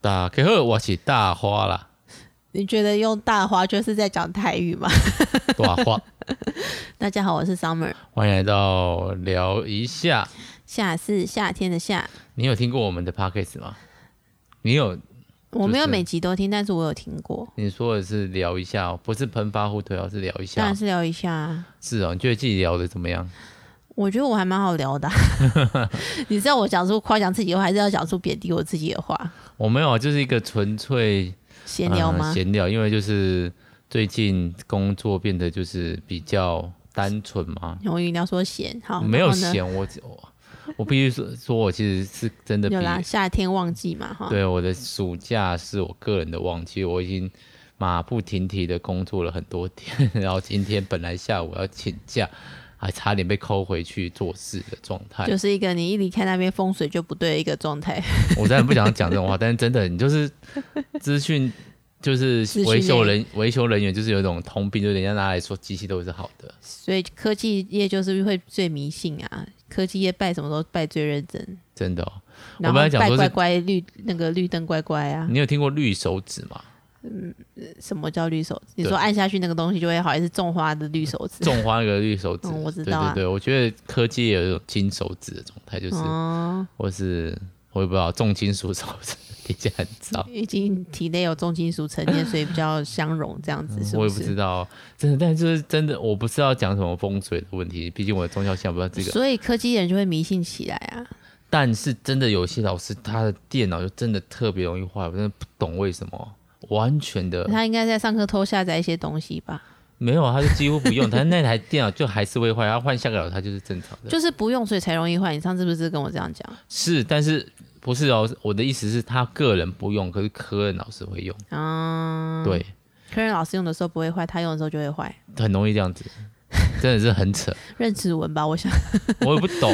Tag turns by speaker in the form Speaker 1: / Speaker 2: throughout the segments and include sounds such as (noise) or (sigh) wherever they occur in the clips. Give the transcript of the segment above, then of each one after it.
Speaker 1: 大家好，我是大花啦， (laughs)
Speaker 2: 你觉得用大华就是在讲台语吗？
Speaker 1: 大花，
Speaker 2: (laughs) 大家好，我是 Summer，
Speaker 1: 欢迎来到聊一下。
Speaker 2: 夏是夏天的夏。
Speaker 1: 你有听过我们的 podcast 吗？你有？
Speaker 2: 我没有
Speaker 1: 就是
Speaker 2: 每集都听，但是我有听过，
Speaker 1: 你说的是聊一下、哦，不是喷发互推哦，是聊一
Speaker 2: 当
Speaker 1: 下
Speaker 2: 然。是聊一下啊。
Speaker 1: 是哦，你觉得自己聊的怎么样？
Speaker 2: 我觉得我还蛮好聊
Speaker 1: (laughs)
Speaker 2: 的啊、你知道我讲出夸奖自己的话，还是要讲出贬低我自己的话？
Speaker 1: 我没有啊，就是一个纯粹
Speaker 2: 闲聊
Speaker 1: 呃
Speaker 2: 吗？
Speaker 1: 闲聊，因为就是最近工作变得就是比较单纯嘛，
Speaker 2: 我一定要说闲，好，
Speaker 1: 没有
Speaker 2: 哦然后呢
Speaker 1: 闲，我我我必须说说，我其实是真的比
Speaker 2: 有啦，夏天旺季嘛，哈，
Speaker 1: 对我的暑假是我个人的旺季，我已经马不停蹄的工作了很多天，然后今天本来下午要请假，还差点被扣回去做事的状态。
Speaker 2: 就是一个你一离开那边风水就不对的一个状态。
Speaker 1: 我当然不想讲这种话，但是真的，你就是资讯。就是
Speaker 2: 资讯
Speaker 1: 维修
Speaker 2: 类
Speaker 1: 人维修人员就是有一种通病，就是人家拿来说机器都是好的，
Speaker 2: 所以科技业就是会最迷信啊，科技业拜什么都拜最认真，
Speaker 1: 真的、哦。
Speaker 2: 然
Speaker 1: 本
Speaker 2: 后
Speaker 1: 来讲
Speaker 2: 拜
Speaker 1: 说是嗯
Speaker 2: 乖乖绿那个绿灯乖乖啊，
Speaker 1: 你有听过绿手指吗？
Speaker 2: 什么叫绿手指？你说
Speaker 1: 对
Speaker 2: 按下去那个东西就会好，还是种花的绿手 (laughs) 指？
Speaker 1: 种花那个绿手指，
Speaker 2: 嗯我知道
Speaker 1: 对
Speaker 2: 啊
Speaker 1: 对对，我觉得科技也有一种金手指的状态，就是、
Speaker 2: 哦，
Speaker 1: 或是我也不知道重金属手指听起来很糟，
Speaker 2: 已经体内有重金属沉淀，所以比较相容这样子，是
Speaker 1: 嗯我也不
Speaker 2: 是？
Speaker 1: 知道，真的，但就是真的，我不是要讲什么风水的问题，毕竟我的宗教信仰不知道这个，
Speaker 2: 所以科技人就会迷信起来啊！
Speaker 1: 但是真的有些老师他的电脑就真的特别容易坏，我真的不懂为什么，完全的
Speaker 2: 他应该在上课偷下载一些东西吧？
Speaker 1: 没有，啊他就几乎不用，但是那台电脑就还是会坏，他换下个老师他就是正常的，
Speaker 2: 就是不用，所以才容易坏。你上次不是跟我这样讲
Speaker 1: 是，但是。不是哦，我的意思是，他个人不用，可是科任老师会用，
Speaker 2: 啊？，
Speaker 1: 对，
Speaker 2: 科任老师用的时候不会坏，他用的时候就会坏。
Speaker 1: 很容易这样子，真的是很扯。
Speaker 2: 认指纹吧，我想。
Speaker 1: 我也不懂，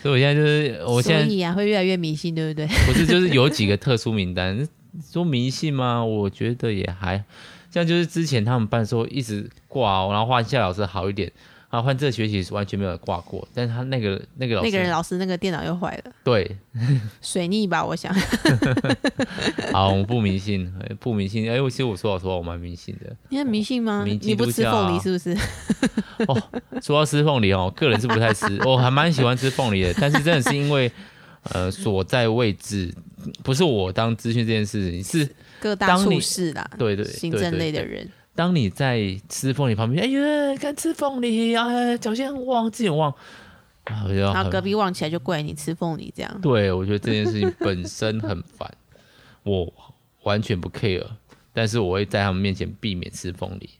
Speaker 1: 所以我现在就是，哦我现
Speaker 2: 所
Speaker 1: 在
Speaker 2: 以啊，会越来越迷信，对不对？
Speaker 1: 不是就是有几个特殊名单，说迷信吗？我觉得也还，像就是之前他们班说一直挂哦，然后换夏老师好一点，然后换这学期是完全没有挂过，但是他那个那个老师
Speaker 2: 那个人老师那个电脑又坏了，
Speaker 1: 对，
Speaker 2: 水逆吧，我想。
Speaker 1: 好，我们不迷信，哎不迷信，哎，我其实我说老实话，我蛮迷信的。
Speaker 2: 你很迷信吗？
Speaker 1: 迷基
Speaker 2: 你不
Speaker 1: 督
Speaker 2: 吃
Speaker 1: 教啊
Speaker 2: 凤梨是不是？ (laughs)
Speaker 1: 说到吃凤梨哦，个人是不太吃，我还蛮喜欢吃凤梨的，但是真的是因为呃所在位置，不是我当资讯这件事情是。
Speaker 2: 各大
Speaker 1: 当你
Speaker 2: 处室啦，
Speaker 1: 对对，
Speaker 2: 行
Speaker 1: 对
Speaker 2: 政
Speaker 1: 对
Speaker 2: 类
Speaker 1: 对
Speaker 2: 的人，
Speaker 1: 当你在吃凤梨旁边，哎呀，看吃凤梨啊，脚先很旺，自己很旺，啊，我觉得
Speaker 2: 然后隔
Speaker 1: 很，
Speaker 2: 壁望起来就怪你吃凤梨这样。
Speaker 1: 对我觉得这件事情本身很烦，我完全不 care，但是我会在他们面前避免吃凤梨，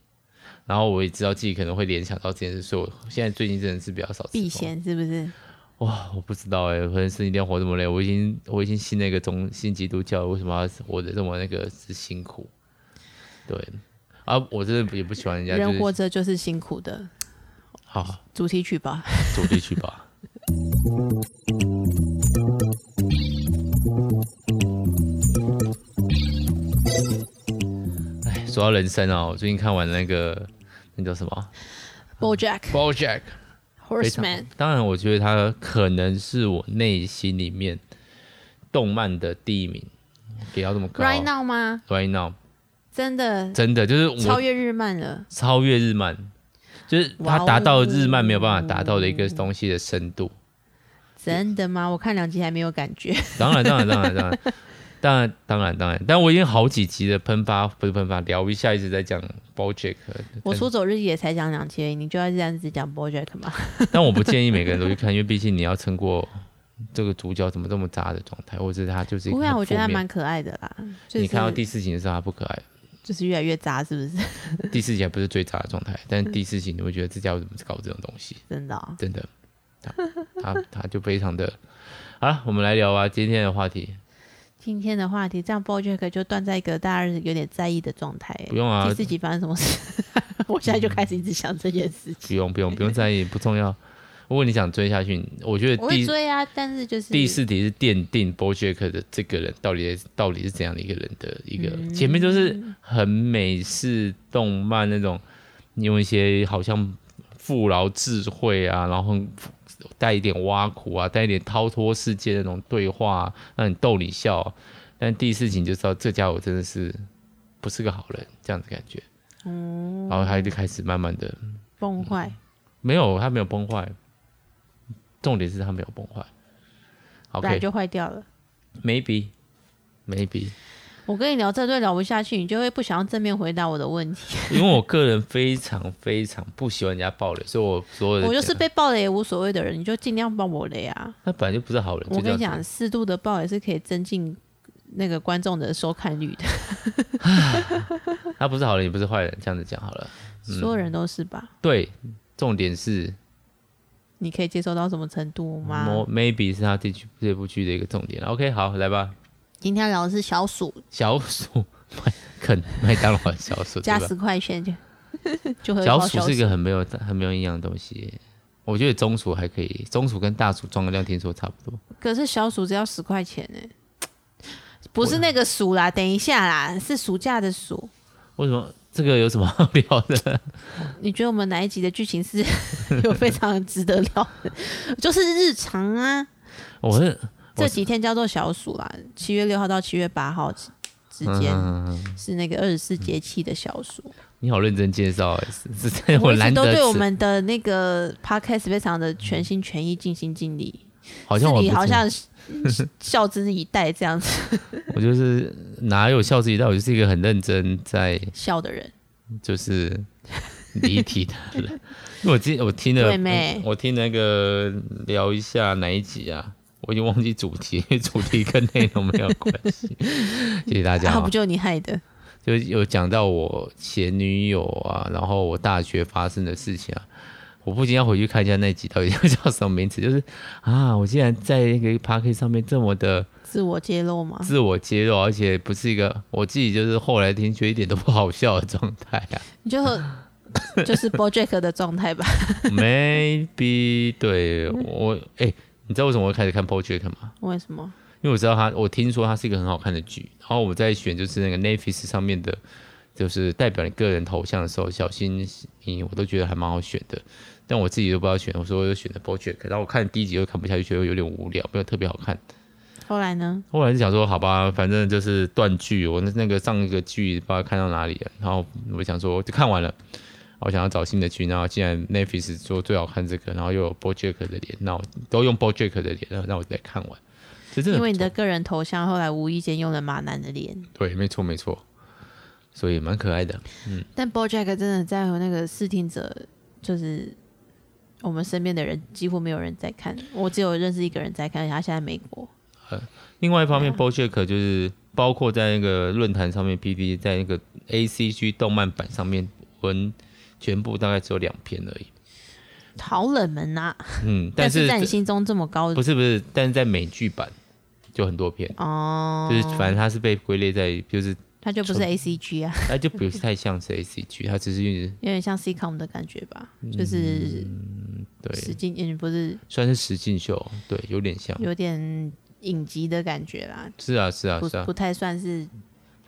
Speaker 1: 然后我也知道自己可能会联想到这件事，所以我现在最近真的是比较少吃
Speaker 2: 避
Speaker 1: 凤梨。
Speaker 2: 嫌是不是？
Speaker 1: 哇，我不知道哎、可能是一定要活这么累，我已经我已经信那个中信基督教了，为什么要活得这么那个是辛苦？对。啊，我真的也不喜欢人家、就是
Speaker 2: 人、活着就是辛苦的。
Speaker 1: 好，
Speaker 2: 主题
Speaker 1: (laughs)
Speaker 2: 曲吧，
Speaker 1: 走地去吧。哎，说到人生哦，我最近看完那个那叫什么
Speaker 2: 《
Speaker 1: 《
Speaker 2: BoJack
Speaker 1: BoJack》，非常
Speaker 2: Horseman》。
Speaker 1: 当然，我觉得它可能是我内心里面动漫的第一名，给到这么高。
Speaker 2: Right now 吗？
Speaker 1: Right now
Speaker 2: 真的
Speaker 1: 真的就是
Speaker 2: 超
Speaker 1: 我
Speaker 2: 越日漫了。
Speaker 1: 超越日漫，就是它达到日漫没有办法达到的一个东西的深度。
Speaker 2: 真的吗？我看两集还没有感觉。
Speaker 1: 当然，当然，当然，当然，当然，当然，当然。但我已经好几集的喷发，不是喷发，聊一下一直在讲 BoJack。
Speaker 2: 我出走日记也才讲两集而已，你就要这样子讲 BoJack 吗？
Speaker 1: 但，但我不建议每个人都去看，因为毕竟你要撑过这个主角怎么这么渣的状态，或者是他就是一个
Speaker 2: 不会啊，
Speaker 1: 很
Speaker 2: 我觉得
Speaker 1: 负
Speaker 2: 还
Speaker 1: 面
Speaker 2: 蛮可爱的啦。就
Speaker 1: 你看到
Speaker 2: 是
Speaker 1: 第四集的时候，他不可爱。
Speaker 2: 就是越来越渣，是不是？ (laughs)
Speaker 1: 第四集还不是最渣的状态，但第四集你会觉得自己要怎么搞这种东西，
Speaker 2: 真的哦。
Speaker 1: 真的，他他他就非常的。好了，我们来聊啊，今天的话题
Speaker 2: 今天的话题，这样 BoJack 就断在一个大家有点在意的状态。
Speaker 1: 不用啊
Speaker 2: 第，四集发生什么事？ (laughs) 我现在就开始一直想这件事情。
Speaker 1: 不用不用不用在意，不重要。如果你想追下去，我觉得
Speaker 2: 我
Speaker 1: 第
Speaker 2: 会追啊，但是就是
Speaker 1: 第四题是奠定 BoJack 的这个人到底到底是怎样的一个人的一个，
Speaker 2: 嗯
Speaker 1: 前面都是很美式动漫那种，用一些好像富饶智慧啊，然后带一点挖苦啊，带一点逃脱世界那种对话，让你逗你笑。但第一事情就知道这家伙真的是不是个好人，这样子感觉。
Speaker 2: 哦，
Speaker 1: 然后他就开始慢慢的，
Speaker 2: 崩坏，
Speaker 1: 嗯没有他没有崩坏，重点是他没有崩坏。
Speaker 2: 本来
Speaker 1: OK，maybe、
Speaker 2: 啊就坏掉了。
Speaker 1: maybe，
Speaker 2: 我跟你聊这对聊不下去，你就会不想要正面回答我的问题。
Speaker 1: 因为我个人非常非常不喜欢人家暴雷，所以我所有的
Speaker 2: 我就是被爆雷也无所谓的人，你就尽量爆我雷啊。
Speaker 1: 他本来就不是好人。
Speaker 2: 我
Speaker 1: 就这
Speaker 2: 跟
Speaker 1: 样子
Speaker 2: 你讲，适度的爆也是可以增进那个观众的收看率的。
Speaker 1: 他不是好人，也不是坏人，这样子讲好了。
Speaker 2: 所有人都是吧？
Speaker 1: 对，重点是
Speaker 2: 你可以接受到什么程度吗？
Speaker 1: ，mo-，maybe 是他这剧这部剧的一个重点。OK，好，来吧，
Speaker 2: 今天聊的是小鼠，
Speaker 1: 小鼠麦肯麦当劳的小
Speaker 2: (laughs)
Speaker 1: 鼠，对
Speaker 2: 加
Speaker 1: 吧？
Speaker 2: 十块钱就就会有
Speaker 1: 小
Speaker 2: 包
Speaker 1: 鼠是一个很没有很没有营养的东西，我觉得中鼠还可以，中鼠跟大鼠装的量听说差不多。
Speaker 2: 可是小鼠只要十块钱呢、欸不是那个鼠啦，等一下啦，是暑假的暑。
Speaker 1: 为什么这个有什么好聊的？ (laughs)
Speaker 2: 你觉得我们哪一集的剧情是有非常值得聊的？就是日常啊，
Speaker 1: 我是
Speaker 2: 这几天叫做小暑啦，七月六号到七月八号之之间
Speaker 1: 嗯
Speaker 2: 是那个二十四节气的小暑。
Speaker 1: 你好认真介绍、欸，是是
Speaker 2: 我一直
Speaker 1: 难
Speaker 2: 都
Speaker 1: 得
Speaker 2: 对我
Speaker 1: 此
Speaker 2: 们的那个 podcast 非常的全心全意、尽心尽力，
Speaker 1: 好
Speaker 2: 是
Speaker 1: 像我
Speaker 2: 你
Speaker 1: 不
Speaker 2: 好
Speaker 1: 是
Speaker 2: 像 (laughs) 笑之以待这样子
Speaker 1: 我就是哪有笑自己，但我就是一个很认真在
Speaker 2: 笑的人。
Speaker 1: 就是
Speaker 2: (laughs)
Speaker 1: 离题的人。因为我记我听了
Speaker 2: 对妹，
Speaker 1: 我听那个聊一下哪一集啊？我已经忘记主题， (laughs) 因为主题跟内容没有关系。谢谢大家
Speaker 2: 啊，
Speaker 1: 啊、
Speaker 2: 不就你害的？
Speaker 1: 就有讲到我前女友啊，然后我大学发生的事情啊，我不禁要回去看一下那集到底叫什么名字。就是啊，我竟然在那个 p a r k 上面这么的
Speaker 2: 自我揭露吗？
Speaker 1: 自我揭露，而且不是一个我自己就是后来听觉得一点都不好笑的状态啊。 (laughs)
Speaker 2: 你 (laughs) 就就是 BoJack 的状态吧。
Speaker 1: Maybe 对我哎、你知道为什么我会开始看 BoJack 吗？
Speaker 2: 为什么？
Speaker 1: 因为我知道他，我听说他是一个很好看的剧，然后我在选就是那个 Netflix 上面的，就是代表你个人头像的时候，小心翼翼，我都觉得还蛮好选的。但我自己都不知道选，我说我就选的 BoJack，然后我看第一集又看不下去，觉得有点无聊，没有特别好看。
Speaker 2: 后来呢？
Speaker 1: 后来就想说，好吧，反正就是断剧，我那那个上一个剧不知道看到哪里了，然后我想说就看完了，我想要找新的剧，然后既然 Netflix 说最好看这个，然后又有 BoJack 的脸，那我都用 BoJack 的脸了，那我再看完。这真的
Speaker 2: 因
Speaker 1: 不
Speaker 2: 为你的
Speaker 1: 错
Speaker 2: 个人头像后来无意间用了马男的脸，
Speaker 1: 对，没错没错，所以蛮可爱的。
Speaker 2: 但 BoJack 真的在和那个视听者，就是我们身边的人几乎没有人在看，我只有认识一个人在看，而且他现在在美国。
Speaker 1: 另外一方面，BoJack 就是包括在那个论坛上面，P D 在那个 A C G 动漫版上面文全部大概只有两篇而已。
Speaker 2: 好冷门呐、
Speaker 1: 嗯，
Speaker 2: 但
Speaker 1: 是
Speaker 2: 在你心中这么高
Speaker 1: 不是不是，但是在美剧版就很多片，
Speaker 2: 哦，
Speaker 1: 就是反正它是被归类在，就是哎
Speaker 2: 它就不是 A C G 啊，
Speaker 1: 它就不是太像是 A C G，它只是
Speaker 2: 有点像 C com 的感觉吧，就是
Speaker 1: 对，
Speaker 2: 使劲，嗯，不是
Speaker 1: 算是实境秀，对，有点像。
Speaker 2: 有点影集的感觉啦，
Speaker 1: 是啊是啊
Speaker 2: 不
Speaker 1: 是啊
Speaker 2: 不，太算是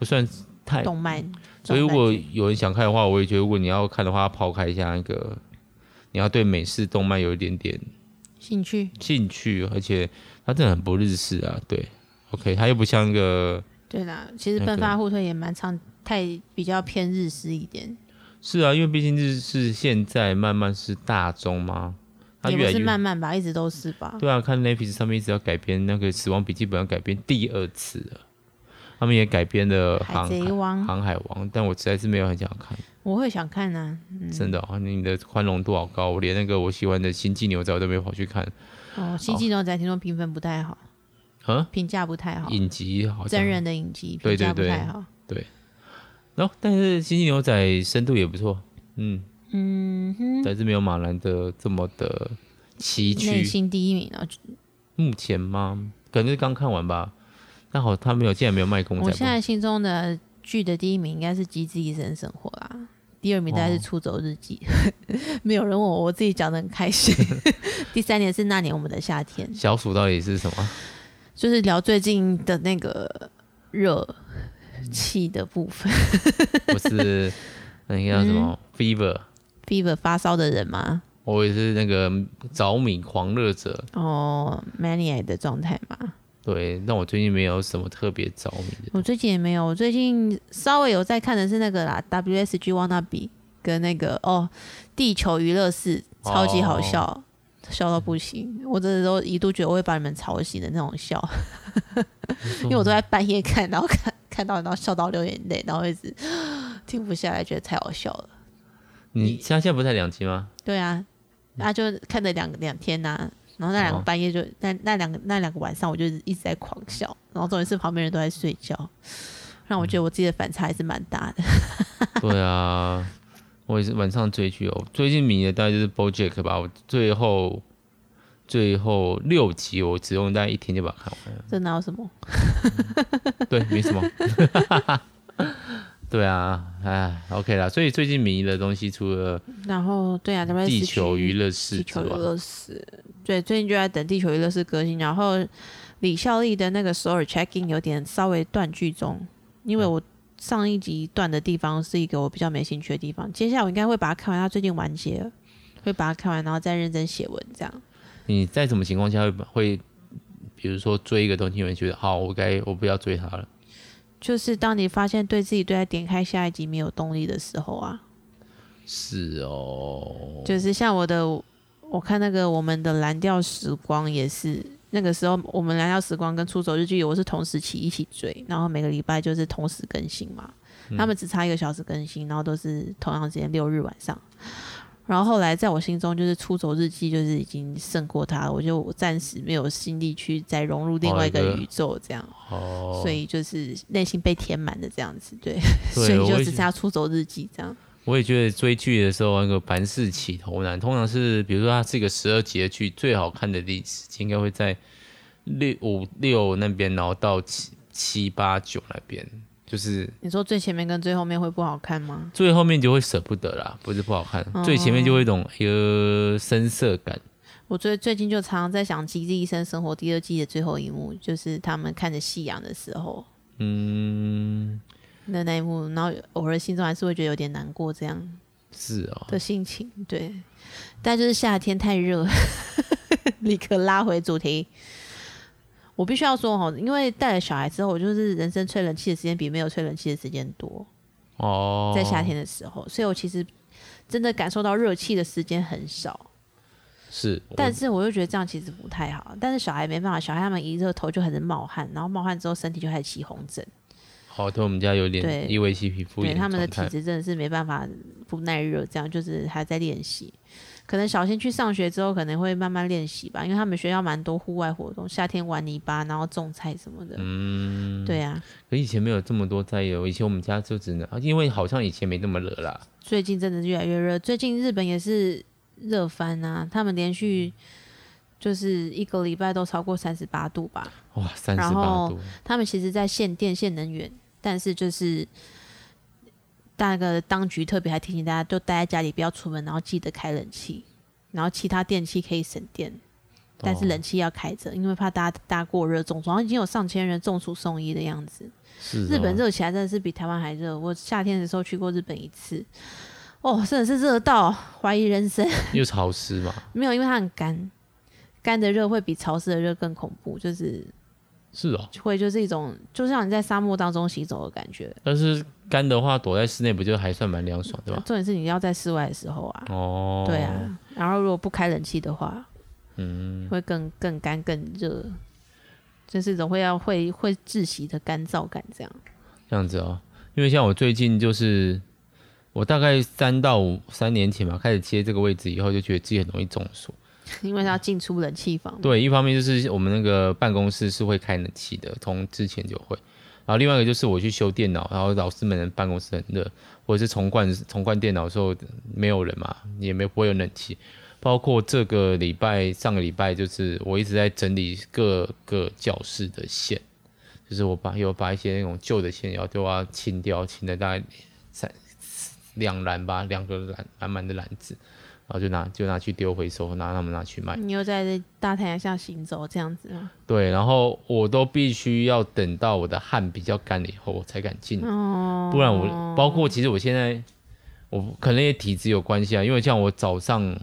Speaker 1: 不算太。
Speaker 2: 动漫。
Speaker 1: 哎嗯所以如
Speaker 2: 动漫
Speaker 1: 果
Speaker 2: 剧
Speaker 1: 有人想看的话，我也觉得如果你要看的话，抛开一下那个，你要对美式动漫有一点点
Speaker 2: 兴趣，
Speaker 1: 兴趣，而且它真的很不日式啊，对。OK，它又不像一个
Speaker 2: 对啦，其实
Speaker 1: 那
Speaker 2: 奔
Speaker 1: 个
Speaker 2: 发互推也蛮常太比较偏日式一点，
Speaker 1: 是啊，因为毕竟日式现在慢慢是大众嘛，它
Speaker 2: 也
Speaker 1: 越
Speaker 2: 不
Speaker 1: 来
Speaker 2: 是
Speaker 1: 越
Speaker 2: 慢慢吧，一直都是吧。
Speaker 1: 对啊，看 Netflix 上面一直要改编那个《死亡笔记本》要改编第二次了，他们也改编了《
Speaker 2: 海
Speaker 1: 航
Speaker 2: 贼王，
Speaker 1: 航海王》，但我实在是没有很想看，
Speaker 2: 我会想看啊，
Speaker 1: 真的、哦，你的宽容度好高，我连那个我喜欢的《星际牛仔》我都没有跑去看，
Speaker 2: 哦，星际牛仔听说评分不太好，
Speaker 1: 啊，
Speaker 2: 评价不太好，
Speaker 1: 影集好像
Speaker 2: 真人的影集评
Speaker 1: 对
Speaker 2: 价不
Speaker 1: 对对
Speaker 2: 太好。
Speaker 1: 然后、但是《星际牛仔》深度也不错，嗯嗯，但是没有马兰的这么的崎
Speaker 2: 内
Speaker 1: 岖，
Speaker 2: 心第一名啊！
Speaker 1: 目前吗？可能是刚看完吧，但好他没有，竟然没有卖公仔
Speaker 2: 我
Speaker 1: 不
Speaker 2: 现在心中的剧的第一名应该是《机智医生生活》啦，第二名大
Speaker 1: 哦
Speaker 2: 概是《出走日记》 (laughs) 没有人问我，我自己讲的很
Speaker 1: (laughs)
Speaker 2: 开心。第三年是那年我们的夏天，
Speaker 1: 小鼠到底是什
Speaker 2: (laughs)
Speaker 1: 么？
Speaker 2: 就是聊最近的那个热气的部分 (laughs)
Speaker 1: 我是那个叫什么、fever，
Speaker 2: 嗯，fever 发烧的人嘛，
Speaker 1: 我也是那个着迷狂热者。
Speaker 2: 哦，maniac 的状态嘛。
Speaker 1: 对，但我最近没有什么特别着迷的。
Speaker 2: 我最近也没有，我最近稍微有在看的是那个啦，WSG Wanna Be 跟那个哦，地球娱乐室超级好笑，笑到不行，我真的都一度觉得我会把你们吵醒的那种笑，因为我都在半夜看，然后看看到然后笑到流眼泪，然后一直停不下来，觉得太好笑了。
Speaker 1: 你现在现在不是才两集吗？
Speaker 2: 对啊，那、就看了两两天呐、然后那两个
Speaker 1: 嗯哦
Speaker 2: 半夜就、那那两个那两个晚上，我就一直在狂笑，然后重点是旁边人都在睡觉，让我觉得我自己的反差还是蛮大的。
Speaker 1: (laughs) 对啊，我也是晚上追剧哦。最近迷的大概就是 BoJack 吧，我最后最后六集我只用大概一天就把它看完了。
Speaker 2: 这哪有什么？
Speaker 1: 对，没什么。 (laughs) 对啊，哎，OK 啦。所以最近迷的东西除了
Speaker 2: 然后对啊，咱们
Speaker 1: 地球娱乐室
Speaker 2: 地
Speaker 1: 之
Speaker 2: 球娱
Speaker 1: 外，
Speaker 2: 乐室，对，最近就在等地球娱乐室更新。然后李孝利的那个首尔 check in 有点稍微断剧中，因
Speaker 1: 嗯
Speaker 2: 为我上一集断的地方是一个我比较没兴趣的地方，接下来我应该会把它看完。它最近完结了，会把它看完，然后再认真写文这样。
Speaker 1: 你在什么情况下会会，比如说追一个东西，你会觉得好，我该我不要追它了。
Speaker 2: 就是当你发现对自己对待点开下一集没有动力的时候啊，
Speaker 1: 是哦，
Speaker 2: 就是像我的，我看那个我们的蓝调时光也是。那个时候，我们蓝调时光跟出走日剧，我是同时期一起追，然后每个礼拜就是同时更新嘛。
Speaker 1: 嗯
Speaker 2: 他们只差一个小时更新，然后都是同样时间六日晚上。然后后来在我心中，就是出走日记就是已经胜过它，我就暂时没有心力去再融入另外一
Speaker 1: 哦
Speaker 2: 个
Speaker 1: 一个
Speaker 2: 宇宙这样。
Speaker 1: 哦，
Speaker 2: 所以就是内心被填满的这样子，对，
Speaker 1: 对
Speaker 2: 所以就
Speaker 1: 我也
Speaker 2: 只剩下出走日记这样。
Speaker 1: 我也觉得追剧的时候那个凡事起头难，通常是比如说它是一个十二集的剧，最好看的历史应该会在六五六那边，然后到七七八九那边，就是
Speaker 2: 你说最前面跟最后面会不好看吗？
Speaker 1: 最后面就会舍不得啦，不是不好看，
Speaker 2: 哦
Speaker 1: 最前面就会有一种哎呦深色感。
Speaker 2: 我最最近就常常在想《极致医生生活》第二季的最后一幕，就是他们看着夕阳的时候
Speaker 1: 嗯，
Speaker 2: 的那一幕，然后偶尔心中还是会觉得有点难过这样
Speaker 1: 是哦，
Speaker 2: 的心情。对，但就是夏天太热， (laughs) 立刻拉回主题。我必须要说哦，因为带了小孩之后，我就是人生吹冷气的时间比没有吹冷气的时间多。
Speaker 1: 哦，
Speaker 2: 在夏天的时候，所以我其实真的感受到热气的时间很少。
Speaker 1: 是，我
Speaker 2: 但是我又觉得这样其实不太好。但是小孩没办法，小孩他们一热头就开始冒汗，然后冒汗之后身体就开始起红疹，
Speaker 1: 好，对我们家有
Speaker 2: 对
Speaker 1: 点异位性皮肤
Speaker 2: 对
Speaker 1: 炎
Speaker 2: 他们的
Speaker 1: 状
Speaker 2: 体
Speaker 1: 态
Speaker 2: 质真的是没办法不耐热，这样就是还在练习。可能小新去上学之后，可能会慢慢练习吧，因为他们学校蛮多户外活动，夏天玩泥巴，然后种菜什么的。嗯，对啊，
Speaker 1: 可以前没有这么多在意哦，以前我们家就只能，啊因为好像以前没那么热啦。
Speaker 2: 最近真的是越来越热，最近日本也是热翻啊，他们连续就是一个礼拜都超过三十八度吧。
Speaker 1: 哇，三
Speaker 2: 然
Speaker 1: 十八
Speaker 2: 后
Speaker 1: 度，
Speaker 2: 他们其实在限电、限能源，但是就是那个当局特别还提醒大家，就待在家里不要出门，然后记得开冷气，然后其他电器可以省电，但是
Speaker 1: 哦
Speaker 2: 冷气要开着，因为怕大家大家过热中暑，好像已经有上千人中暑送医的样子。
Speaker 1: 是
Speaker 2: 日本
Speaker 1: 哦
Speaker 2: 热起来真的是比台湾还热。我夏天的时候去过日本一次，哦，真的是热到怀疑人生。 (laughs)
Speaker 1: 又潮湿嘛，
Speaker 2: 没有，因为它很干，干的热会比潮湿的热更恐怖，就是
Speaker 1: 是哦。
Speaker 2: 会就是一种，就像你在沙漠当中行走的感觉。
Speaker 1: 但是干的话，躲在室内不就还算蛮凉爽，对吧？啊
Speaker 2: 重点是你要在室外的时候啊，
Speaker 1: 哦，
Speaker 2: 对，啊，然后如果不开冷气的话，嗯，会更更干更热。就是一种会要会会窒息的干燥感，这样
Speaker 1: 这样子哦。因为像我最近就是，我大概三到五三年前吧，开始接这个位置以后，就觉得自己很容易中暑。
Speaker 2: 因为它要进出冷气房，
Speaker 1: 对，一方面就是我们那个办公室是会开冷气的，从之前就会。然后另外一个就是我去修电脑，然后老师们的办公室很热，或者是重灌重灌电脑的时候没有人嘛，也没有不会有冷气。包括这个礼拜、上个礼拜，就是我一直在整理各个教室的线，就是我把有把一些那种旧的线要都要清掉，清了大概三两篮吧，两个篮满满的篮子，然后就拿就拿去丢回收，拿他们拿去卖。
Speaker 2: 你又在大太阳下行走这样子啊吗？
Speaker 1: 对，然后我都必须要等到我的汗比较干了以后，我才敢进，
Speaker 2: 哦，
Speaker 1: 不然我包括其实我现在我可能也体质有关系啊，因为像我早上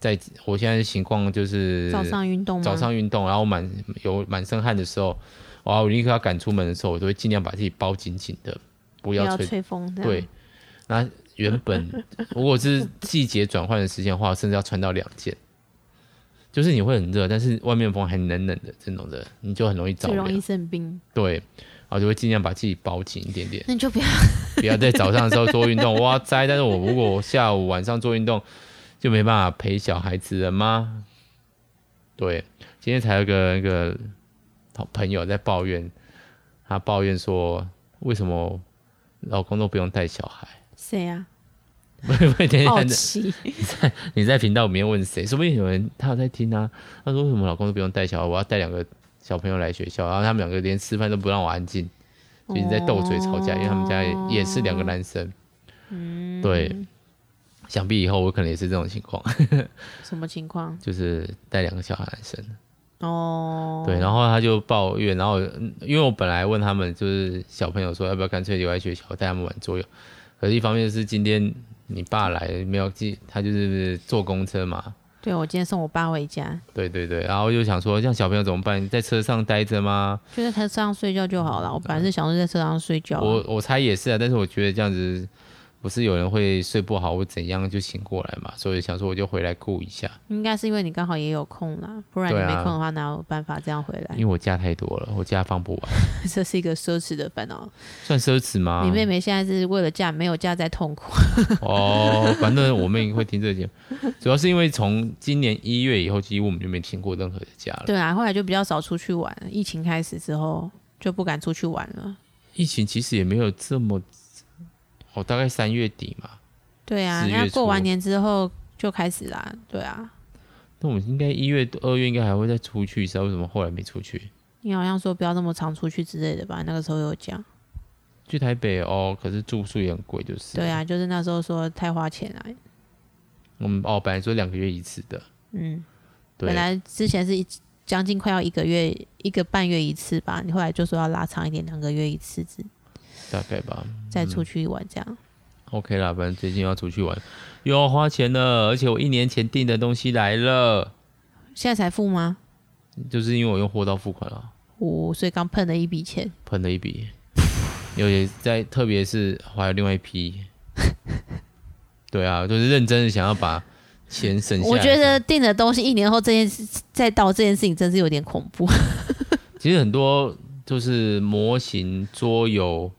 Speaker 1: 在我现在的情况就是
Speaker 2: 早上运动吗？
Speaker 1: 早上运动，然后满有满身汗的时候，哇，我立刻要赶出门的时候，我都会尽量把自己包紧紧的，不
Speaker 2: 不
Speaker 1: 要
Speaker 2: 要
Speaker 1: 吹。
Speaker 2: 吹风，这样
Speaker 1: 对，，那原
Speaker 2: (laughs)
Speaker 1: 本如果是季节转换的时间的话，甚至要穿到两件，就是你会很热，但是外面的风还冷冷的这种的，你就很容易着
Speaker 2: 最容易
Speaker 1: 凉。
Speaker 2: 生病。
Speaker 1: 对，然后就会尽量把自己包紧一点点。
Speaker 2: 那你就不要 (laughs)
Speaker 1: 不要在早上的时候做运动，哇塞！但是我如果下午晚上做运动，就没办法陪小孩子了吗？对，今天才有个那个好朋友在抱怨，他抱怨说为什么老公都不用带小孩？
Speaker 2: 谁
Speaker 1: (laughs)
Speaker 2: 啊？ (laughs)
Speaker 1: 不是不是，等一下
Speaker 2: 好
Speaker 1: 等一下
Speaker 2: 奇，
Speaker 1: 你在频道里面问谁？说不定有人他有在听啊。他说为什么老公都不用带小孩？我要带两个小朋友来学校，然后他们两个连吃饭都不让我安静，就一直在斗嘴吵架，因为他们家也也是两个男生。
Speaker 2: 哦嗯，
Speaker 1: 对，想必以后我可能也是这种情况，
Speaker 2: (laughs)
Speaker 1: (laughs)
Speaker 2: 什么情况？
Speaker 1: 就是带两个小孩来生。
Speaker 2: 哦，
Speaker 1: 对，然后他就抱怨，然后嗯因为我本来问他们就是小朋友说要不要干脆留在学校带他们玩桌游，可是一方面是今天你爸来没有记，他就是坐公车嘛。
Speaker 2: 对我今天送我爸回家，
Speaker 1: 对对对，然后就想说，像小朋友怎么办？在车上待着吗？
Speaker 2: 就在车上睡觉就好了。我本来是想说在车上睡觉啊，
Speaker 1: 我我猜也是啊，但是我觉得这样子，不是有人会睡不好或怎样就醒过来嘛，所以想说我就回来顾一下，
Speaker 2: 应该是因为你刚好也有空啦，不然你
Speaker 1: 对啊
Speaker 2: 没空的话哪有办法这样回来
Speaker 1: 因？为我假太多了，我假放不完，
Speaker 2: (laughs) 这是一个奢侈的烦恼。
Speaker 1: 算奢侈吗？
Speaker 2: 你妹妹现在是为了嫁没有嫁在痛
Speaker 1: (laughs)
Speaker 2: 苦，
Speaker 1: 哦，反正我妹会听这个节
Speaker 2: (laughs)
Speaker 1: 目，主要是因为从今年一月以后，几乎我们就没请过任何的假了。
Speaker 2: 对啊，后来就比较少出去玩，疫情开始之后就不敢出去玩了。
Speaker 1: 疫情其实也没有这么，哦，大概三月底嘛，
Speaker 2: 对啊，
Speaker 1: 四月
Speaker 2: 那过完
Speaker 1: 初
Speaker 2: 年之后就开始啦，对啊。
Speaker 1: 那我们应该一月、二月应该还会再出去，知道为什么后来没出去？
Speaker 2: 你好像说不要那么常出去之类的吧？那个时候有讲，
Speaker 1: 去台北哦，可是住宿也很贵，就是。
Speaker 2: 对。啊，就是那时候说太花钱啊，
Speaker 1: 我们哦，本来说两个月一次的，
Speaker 2: 嗯，
Speaker 1: 对
Speaker 2: 本，来之前是一将近快要一个月、一个半月一次吧，你后来就说要拉长一点，两个月一次之
Speaker 1: 大概吧。
Speaker 2: 再出去玩这样。
Speaker 1: 嗯 OK 啦，反正最近要出去玩，又要花钱了，而且我一年前订的东西来了，
Speaker 2: 现在才付吗？
Speaker 1: 就是因为我用货到付款了。
Speaker 2: 我、所以刚碰了一笔钱，
Speaker 1: 喷了一笔，尤其在特别是还有另外一批，对啊，就是认真的想要把钱省下来。
Speaker 2: 我觉得订的东西一年后这件事再到这件事情真是有点恐
Speaker 1: (laughs)
Speaker 2: 怖。
Speaker 1: 其实很多就是模型、桌游，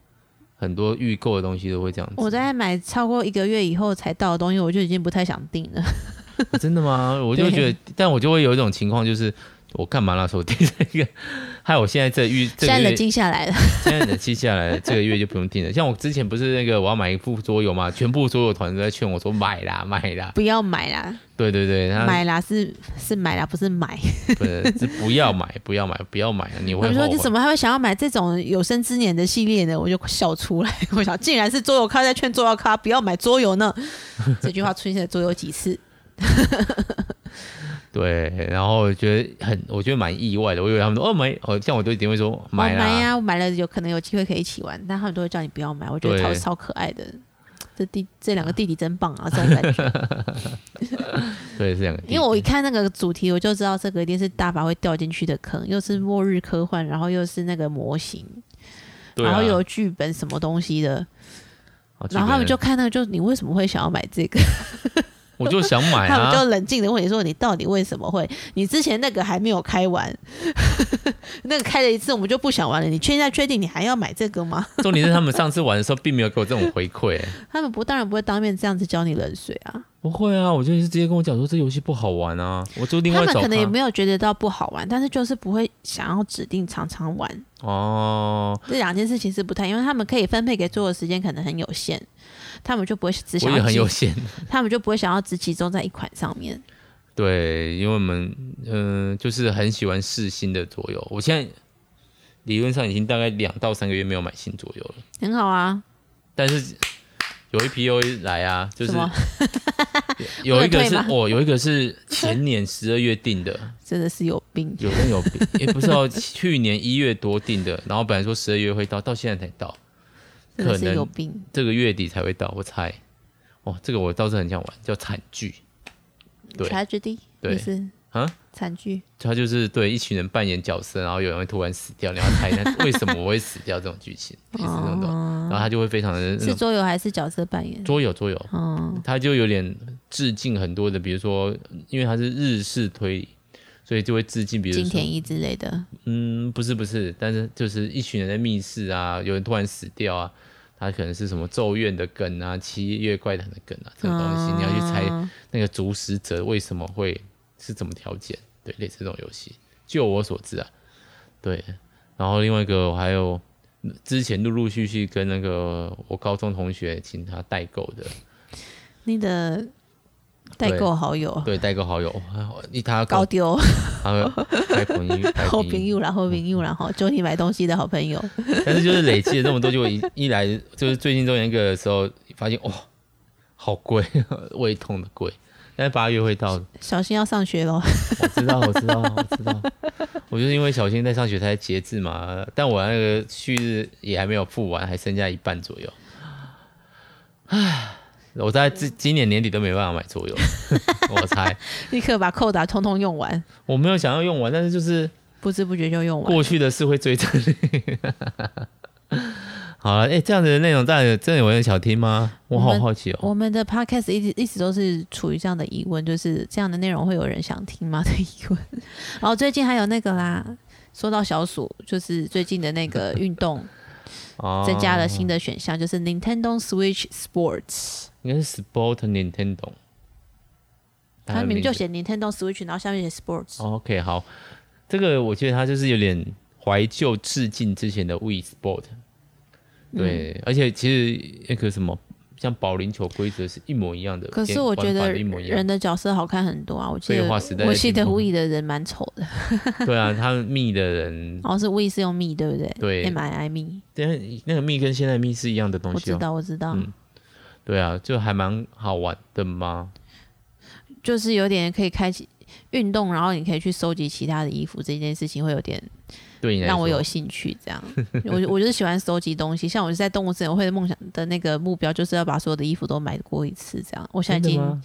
Speaker 1: 很多预购的东西都会这样子。
Speaker 2: 我在买超过一个月以后才到的东西，我就已经不太想订了。 (laughs)
Speaker 1: 真的吗？我就会觉得，但我就会有一种情况，就是我干嘛那时候订这个，害我现在这预这个
Speaker 2: 现在
Speaker 1: 月
Speaker 2: 冷静下来了，
Speaker 1: 现在冷静下来，这个月就不用订了。像我之前不是那个我要买一副桌游嘛，全部桌游团都在劝我说买啦买啦，
Speaker 2: 不要买啦，
Speaker 1: 对对对，他
Speaker 2: 买啦是是买啦，不是买。
Speaker 1: 不是，是不要买，不要买，不要买，你
Speaker 2: 我
Speaker 1: 会
Speaker 2: 们
Speaker 1: 后
Speaker 2: 说
Speaker 1: 悔
Speaker 2: 你。怎么还会想要买这种有生之年的系列呢？我就笑出来，我
Speaker 1: (laughs)
Speaker 2: 想竟然是桌游咖在劝桌游咖不要买桌游呢。这句话出现了桌游几次？
Speaker 1: 对，然后我觉得很，我觉得蛮意外的。我以为他们说哦买，哦像我都一定会说
Speaker 2: 我
Speaker 1: (laughs) 买啦，
Speaker 2: 哦买呀，我买了有可能有机会可以一起玩，但他们都会叫你不要买，我觉得超
Speaker 1: 对
Speaker 2: 超可爱的。这弟这两个弟弟真棒啊，这种
Speaker 1: (laughs)
Speaker 2: 感觉。
Speaker 1: 对，是两个地。
Speaker 2: 因为我一看那个主题，我就知道这个一定是大法会掉进去的坑，又是末日科幻，然后又是那个模型，
Speaker 1: 对啊
Speaker 2: 然后有剧本什么东西的，
Speaker 1: 哦
Speaker 2: 然后他们就
Speaker 1: 基
Speaker 2: 看那个，就你为什么会想要买这个？
Speaker 1: 本人我就想买
Speaker 2: 他们
Speaker 1: 啊
Speaker 2: 就，冷静的问你说：“你到底为什么会？你之前那个还没有开完， (laughs) 那个开了一次我们就不想玩了。你确现在确定你还要买这
Speaker 1: (laughs)
Speaker 2: 个吗
Speaker 1: 重点是他们上次玩的时候并没有给我这种回馈、？”
Speaker 2: 他们不当然不会当面这样子浇你冷水啊，
Speaker 1: 不会啊，我就是直接跟我讲说这游戏不好玩啊，我就另
Speaker 2: 他
Speaker 1: 外
Speaker 2: 们
Speaker 1: 找
Speaker 2: 可能也
Speaker 1: 他
Speaker 2: 没有觉得到不好玩，但是就是不会想要指定常常玩。
Speaker 1: 哦，
Speaker 2: 这两件事情是不太，因为他们可以分配给做的时间可能很有限，他们就不会只
Speaker 1: 我
Speaker 2: 想
Speaker 1: 也
Speaker 2: 要
Speaker 1: 很有
Speaker 2: 集，
Speaker 1: 限。 (laughs)
Speaker 2: 他们就不会想要只集中在一款上面。
Speaker 1: 对，因为我们嗯、呃就是很喜欢试新的桌游。我现在呃理论上已经大概两到三个月没有买新桌游了。
Speaker 2: 很好啊，
Speaker 1: 但是有一批又来啊，就是
Speaker 2: 什么
Speaker 1: 有一个是
Speaker 2: 不能退吗
Speaker 1: 哦，有一个是前年十二月订的，
Speaker 2: (laughs) 真的是有病。
Speaker 1: 有人有病，也、不是哦，去年一月多订的，然后本来说十二月会到，到现在才到，
Speaker 2: 真的
Speaker 1: 可
Speaker 2: 是
Speaker 1: 能
Speaker 2: 有病，
Speaker 1: 这个月底才会到，我猜。哦，这个我倒是很想玩，叫惨剧，对
Speaker 2: tragedy
Speaker 1: 对
Speaker 2: 也是
Speaker 1: 啊
Speaker 2: 惨剧，
Speaker 1: 他就是对一群人扮演角色，然后有人会突然死掉，你要猜那为什么我会死掉这种剧
Speaker 2: (laughs)
Speaker 1: 情，类似那种，然后他就会非常的那
Speaker 2: 是
Speaker 1: 种
Speaker 2: 哦桌游还是角色扮演？
Speaker 1: 桌游桌游，
Speaker 2: 嗯，
Speaker 1: 他就有点致敬很多的，比如说，因为他是日式推理，所以就会致敬，比如
Speaker 2: 金
Speaker 1: 说
Speaker 2: 田，一之类的，
Speaker 1: 嗯，不是不是，但是就是一群人在密室啊，有人突然死掉啊，他可能是什么咒怨的梗啊，七月怪谈的梗啊，这种东西、你要去猜
Speaker 2: 嗯
Speaker 1: 那个主使者为什么会是怎么调解，对，类似这种游戏，据我所知啊，对，然后另外一个我还有之前陆陆续续跟那个我高中同学请他代购的。
Speaker 2: 你的代购好友
Speaker 1: 对，哦代购好友，哇一他
Speaker 2: 高
Speaker 1: 高
Speaker 2: 丢
Speaker 1: 他开朋友，开
Speaker 2: 好
Speaker 1: 朋
Speaker 2: 朋
Speaker 1: 友，
Speaker 2: 友啦，好朋友
Speaker 1: 嗯
Speaker 2: 啦，哈，就你买东西的好朋友，
Speaker 1: 但是就是累积了这么多，就一一来就是最近中元个的时候，发现哇、好贵， (laughs) 胃痛的贵。但是八月会到，
Speaker 2: 小心要上学喽。
Speaker 1: 我知道，我知道，我知道。我就是因为小新在上学才节制嘛，但我那个旭日也还没有付完，还剩下一半左右。唉，我大概今今年年底都没办法买桌游， (laughs) 我猜。
Speaker 2: (laughs) 立刻把扣打通通用完，
Speaker 1: 我没有想要用完，但是就是
Speaker 2: 不知不觉就用完。
Speaker 1: 过去的事会追着你。 (laughs) 好了，哎、这样子的内容，大家有真的有人想听吗？我好好奇哦、
Speaker 2: 我们的 podcast 一直一直都是处于这样的疑问，就是这样的内容会有人想听吗的疑问。然后最近还有那个啦，说到小鼠，就是最近的那个运动
Speaker 1: 哦
Speaker 2: 增加了新的选项，就是 Nintendo Switch Sports。
Speaker 1: 应该是 Sport Nintendo，
Speaker 2: 它明
Speaker 1: 名
Speaker 2: 明就
Speaker 1: 字哦
Speaker 2: 写 Nintendo Switch，然后下面写 Sports。
Speaker 1: OK，好，这个我觉得它就是有点怀旧致敬之前的 We Sport，对，
Speaker 2: 嗯
Speaker 1: 而且其实那个什么，像保龄球规则是一模一样的，
Speaker 2: 可是我觉
Speaker 1: 玩
Speaker 2: 得
Speaker 1: 法一模一样
Speaker 2: 人的角色好看很多啊，我记
Speaker 1: 废话时代
Speaker 2: 得
Speaker 1: 的
Speaker 2: 我记得
Speaker 1: 进步
Speaker 2: 无以的人蛮丑的，
Speaker 1: (laughs) 对啊，他们密的人，
Speaker 2: 然后是 We 是用 me 对不对？
Speaker 1: 对
Speaker 2: ，M I I me，
Speaker 1: 但是那个密跟现在密是一样的东
Speaker 2: 我
Speaker 1: 西
Speaker 2: 知
Speaker 1: 哦、
Speaker 2: 道我知道。
Speaker 1: 嗯对啊，就还蛮好玩的嘛。
Speaker 2: 就是有点可以开启运动，然后你可以去收集其他的衣服，这件事情会有点
Speaker 1: 对你来
Speaker 2: 让我
Speaker 1: 说
Speaker 2: 有兴趣。
Speaker 1: (laughs)
Speaker 2: 这样，我我就是喜欢收集东西。像我在动物自由会的梦想的那个目标，就是要把所有的衣服都买过一次。这样，我现在已
Speaker 1: 真的
Speaker 2: 经
Speaker 1: 吗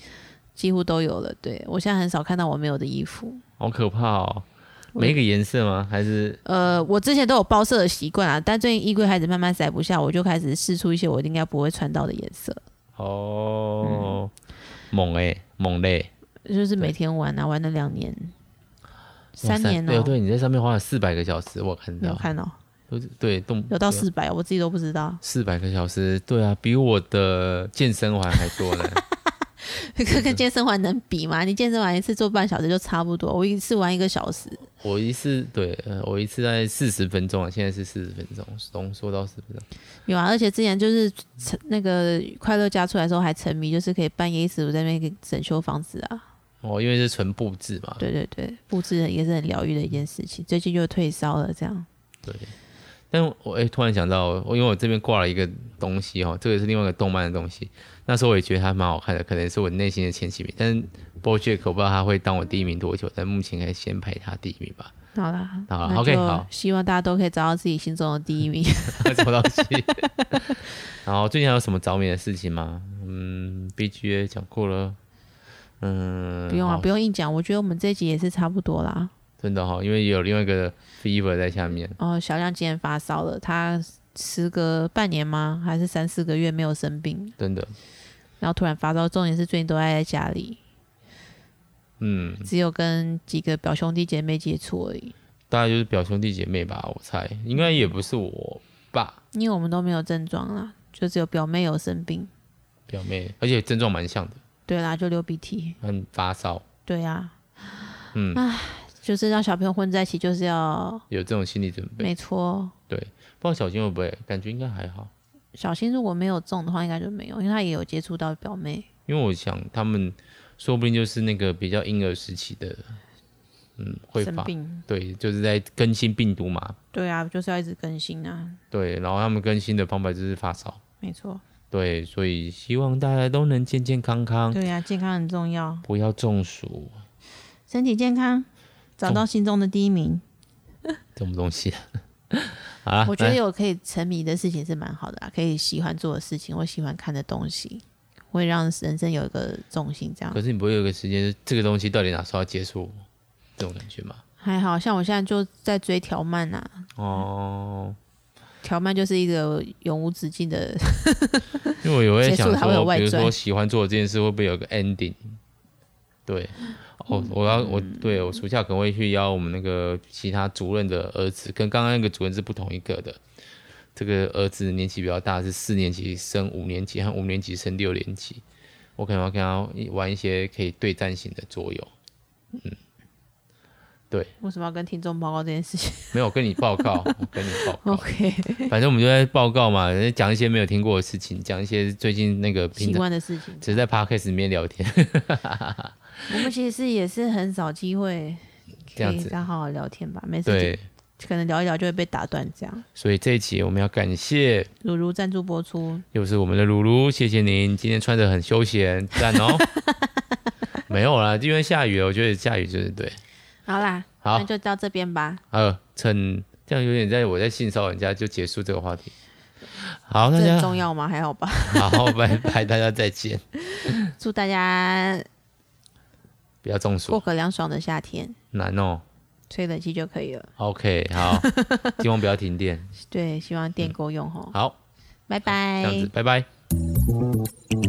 Speaker 2: 几乎都有了。对我现在很少看到我没有的衣服。
Speaker 1: 好可怕哦！
Speaker 2: 我
Speaker 1: 每一个颜色吗？还是
Speaker 2: 呃，我之前都有包色的习惯啊，但最近衣柜开始慢慢塞不下，我就开始试出一些我应该不会穿到的颜色。
Speaker 1: 哦，
Speaker 2: 嗯
Speaker 1: 猛哎、猛嘞！
Speaker 2: 就是每天玩啊，玩了两年，
Speaker 1: 哇
Speaker 2: 三
Speaker 1: 塞
Speaker 2: 年
Speaker 1: 对啊
Speaker 2: 哦、
Speaker 1: 对，你在上面花了四百个小时，我看
Speaker 2: 没有
Speaker 1: 到，
Speaker 2: 看到
Speaker 1: 都是对，动
Speaker 2: 有到四百，我自己都不知道。
Speaker 1: 四百个小时，对啊，比我的健身环还多呢。 (laughs)
Speaker 2: 这 (laughs) 跟健身环能比吗？你健身环一次做半小时就差不多，我一次玩一个小时，
Speaker 1: 我一次对，呃我一次在四十分钟啊，现在是四十分钟，浓缩到四十分钟。
Speaker 2: 有啊。而且之前就是沉那个快乐家出来的时候还沉迷，就是可以半夜一直在那边整修房子啊。
Speaker 1: 哦，因为是纯布置嘛，
Speaker 2: 对对对，布置也是很疗愈的一件事情。最近就退烧了，这样
Speaker 1: 对，但我哎、突然想到，我因为我这边挂了一个东西哦，这个是另外一个动漫的东西。那时候我也觉得它蛮好看的，可能是我内心的前几名。但是 BoJack 我不知道他会当我第一名多久，但目前应该先排他第一名吧。
Speaker 2: 好啦，
Speaker 1: 好啦
Speaker 2: 那
Speaker 1: OK，
Speaker 2: 就
Speaker 1: 好
Speaker 2: 希望大家都可以找到自己心中的第
Speaker 1: (laughs)
Speaker 2: 一名。
Speaker 1: 什么东西？ (laughs) 然后最近还有什么着迷的事情吗？嗯，BGA 讲过了。嗯，
Speaker 2: 不用啊，
Speaker 1: 好
Speaker 2: 不用硬讲，我觉得我们这一集也是差不多啦。
Speaker 1: 真的哈、因为有另外一个 Fever 在下面。
Speaker 2: 哦，小亮今天发烧了，他时隔半年吗？还是三四个月没有生病，
Speaker 1: 真的，
Speaker 2: 然后突然发烧，重点是最近都待在家里。
Speaker 1: 嗯，
Speaker 2: 只有跟几个表兄弟姐妹接触而已，
Speaker 1: 大概就是表兄弟姐妹吧，我猜，应该也不是我爸
Speaker 2: 因为我们都没有症状啦，就只有表妹有生病。
Speaker 1: 表妹，而且症状蛮像的。
Speaker 2: 对啦，就流鼻涕。
Speaker 1: 很发烧，
Speaker 2: 对啊，
Speaker 1: 嗯，
Speaker 2: 就是让小朋友混在一起，就是要
Speaker 1: 有这种心理准备。
Speaker 2: 没错。
Speaker 1: 不知道小新会不会，感觉应该还好，
Speaker 2: 小新如果没有中的话，应该就没有，因为他也有接触到表妹。
Speaker 1: 因为我想他们说不定就是那个比较婴儿时期的，嗯，会
Speaker 2: 生
Speaker 1: 发，
Speaker 2: 病。
Speaker 1: 对，就是在更新病毒嘛，
Speaker 2: 对啊，就是要一直更新啊，
Speaker 1: 对，然后他们更新的方法就是发烧，
Speaker 2: 没错。
Speaker 1: 对，所以希望大家都能健健康康，
Speaker 2: 对啊，健康很重要，
Speaker 1: 不要中暑，
Speaker 2: 身体健康，找到心中的第一名。
Speaker 1: 这种东西。 (laughs) 好啦，
Speaker 2: 我觉得
Speaker 1: 来
Speaker 2: 啊有可以沉迷的事情是蛮好的啊，可以喜欢做的事情或喜欢看的东西。会让人生有一个重心这样。
Speaker 1: 可是你不会有一个时间，这个东西到底哪时候要结束，这种感觉吗？
Speaker 2: 还好像我现在就在追条漫啊，
Speaker 1: 哦，
Speaker 2: 条漫就是一个永无止境的，
Speaker 1: 因为我有在想
Speaker 2: 结束还会有
Speaker 1: 说，
Speaker 2: 外
Speaker 1: 比如
Speaker 2: 传
Speaker 1: 说喜欢做的这件事会不会有个 ending？对，哦，
Speaker 2: 嗯
Speaker 1: 我要我对我暑假可能会去邀我们那个其他主任的儿子，跟刚刚那个主任是不同一个的。这个儿子年纪比较大，是四年级升五年级，和五年级升六年级。我可能要跟他玩一些可以对战型的桌游。
Speaker 2: 为什么要跟听众报告这件事情
Speaker 1: 没有我跟你报
Speaker 2: (laughs)
Speaker 1: 告，我跟你报告。
Speaker 2: ？OK，
Speaker 1: 反正我们就在报告嘛，讲一些没有听过的事情，讲一些最近那个平
Speaker 2: 习
Speaker 1: 常
Speaker 2: 惯的事情。
Speaker 1: 只是在 podcast 里面聊天。 (laughs)
Speaker 2: 我们其实也是很少机会
Speaker 1: 这
Speaker 2: 可
Speaker 1: 样
Speaker 2: 以
Speaker 1: 子
Speaker 2: 再好好聊天吧，每次
Speaker 1: 对，
Speaker 2: 可能聊一聊就会被打断这样。
Speaker 1: 所以这一集我们要感谢，
Speaker 2: 如如赞助播出，
Speaker 1: 又是我们的鲁鲁，谢谢您，今天穿的很休闲，赞哦。没有啦，因为下雨了，我觉得下雨就是对。
Speaker 2: 好啦，
Speaker 1: 好
Speaker 2: 那，就到这边吧。
Speaker 1: 呃，趁这样有点在我在性骚扰人家，就结束这个话题。好，大
Speaker 2: 这很
Speaker 1: 家
Speaker 2: 重要吗？还好吧。
Speaker 1: 好，拜拜，大家再见，
Speaker 2: 祝大家
Speaker 1: 不要中
Speaker 2: 过
Speaker 1: 暑，
Speaker 2: 个凉爽的夏天，
Speaker 1: 难哦。
Speaker 2: 吹冷气就可以了。
Speaker 1: OK，好，希望不要停电。
Speaker 2: 对，希望电够用吼。
Speaker 1: 嗯好，
Speaker 2: 拜拜。
Speaker 1: 这样子，拜拜。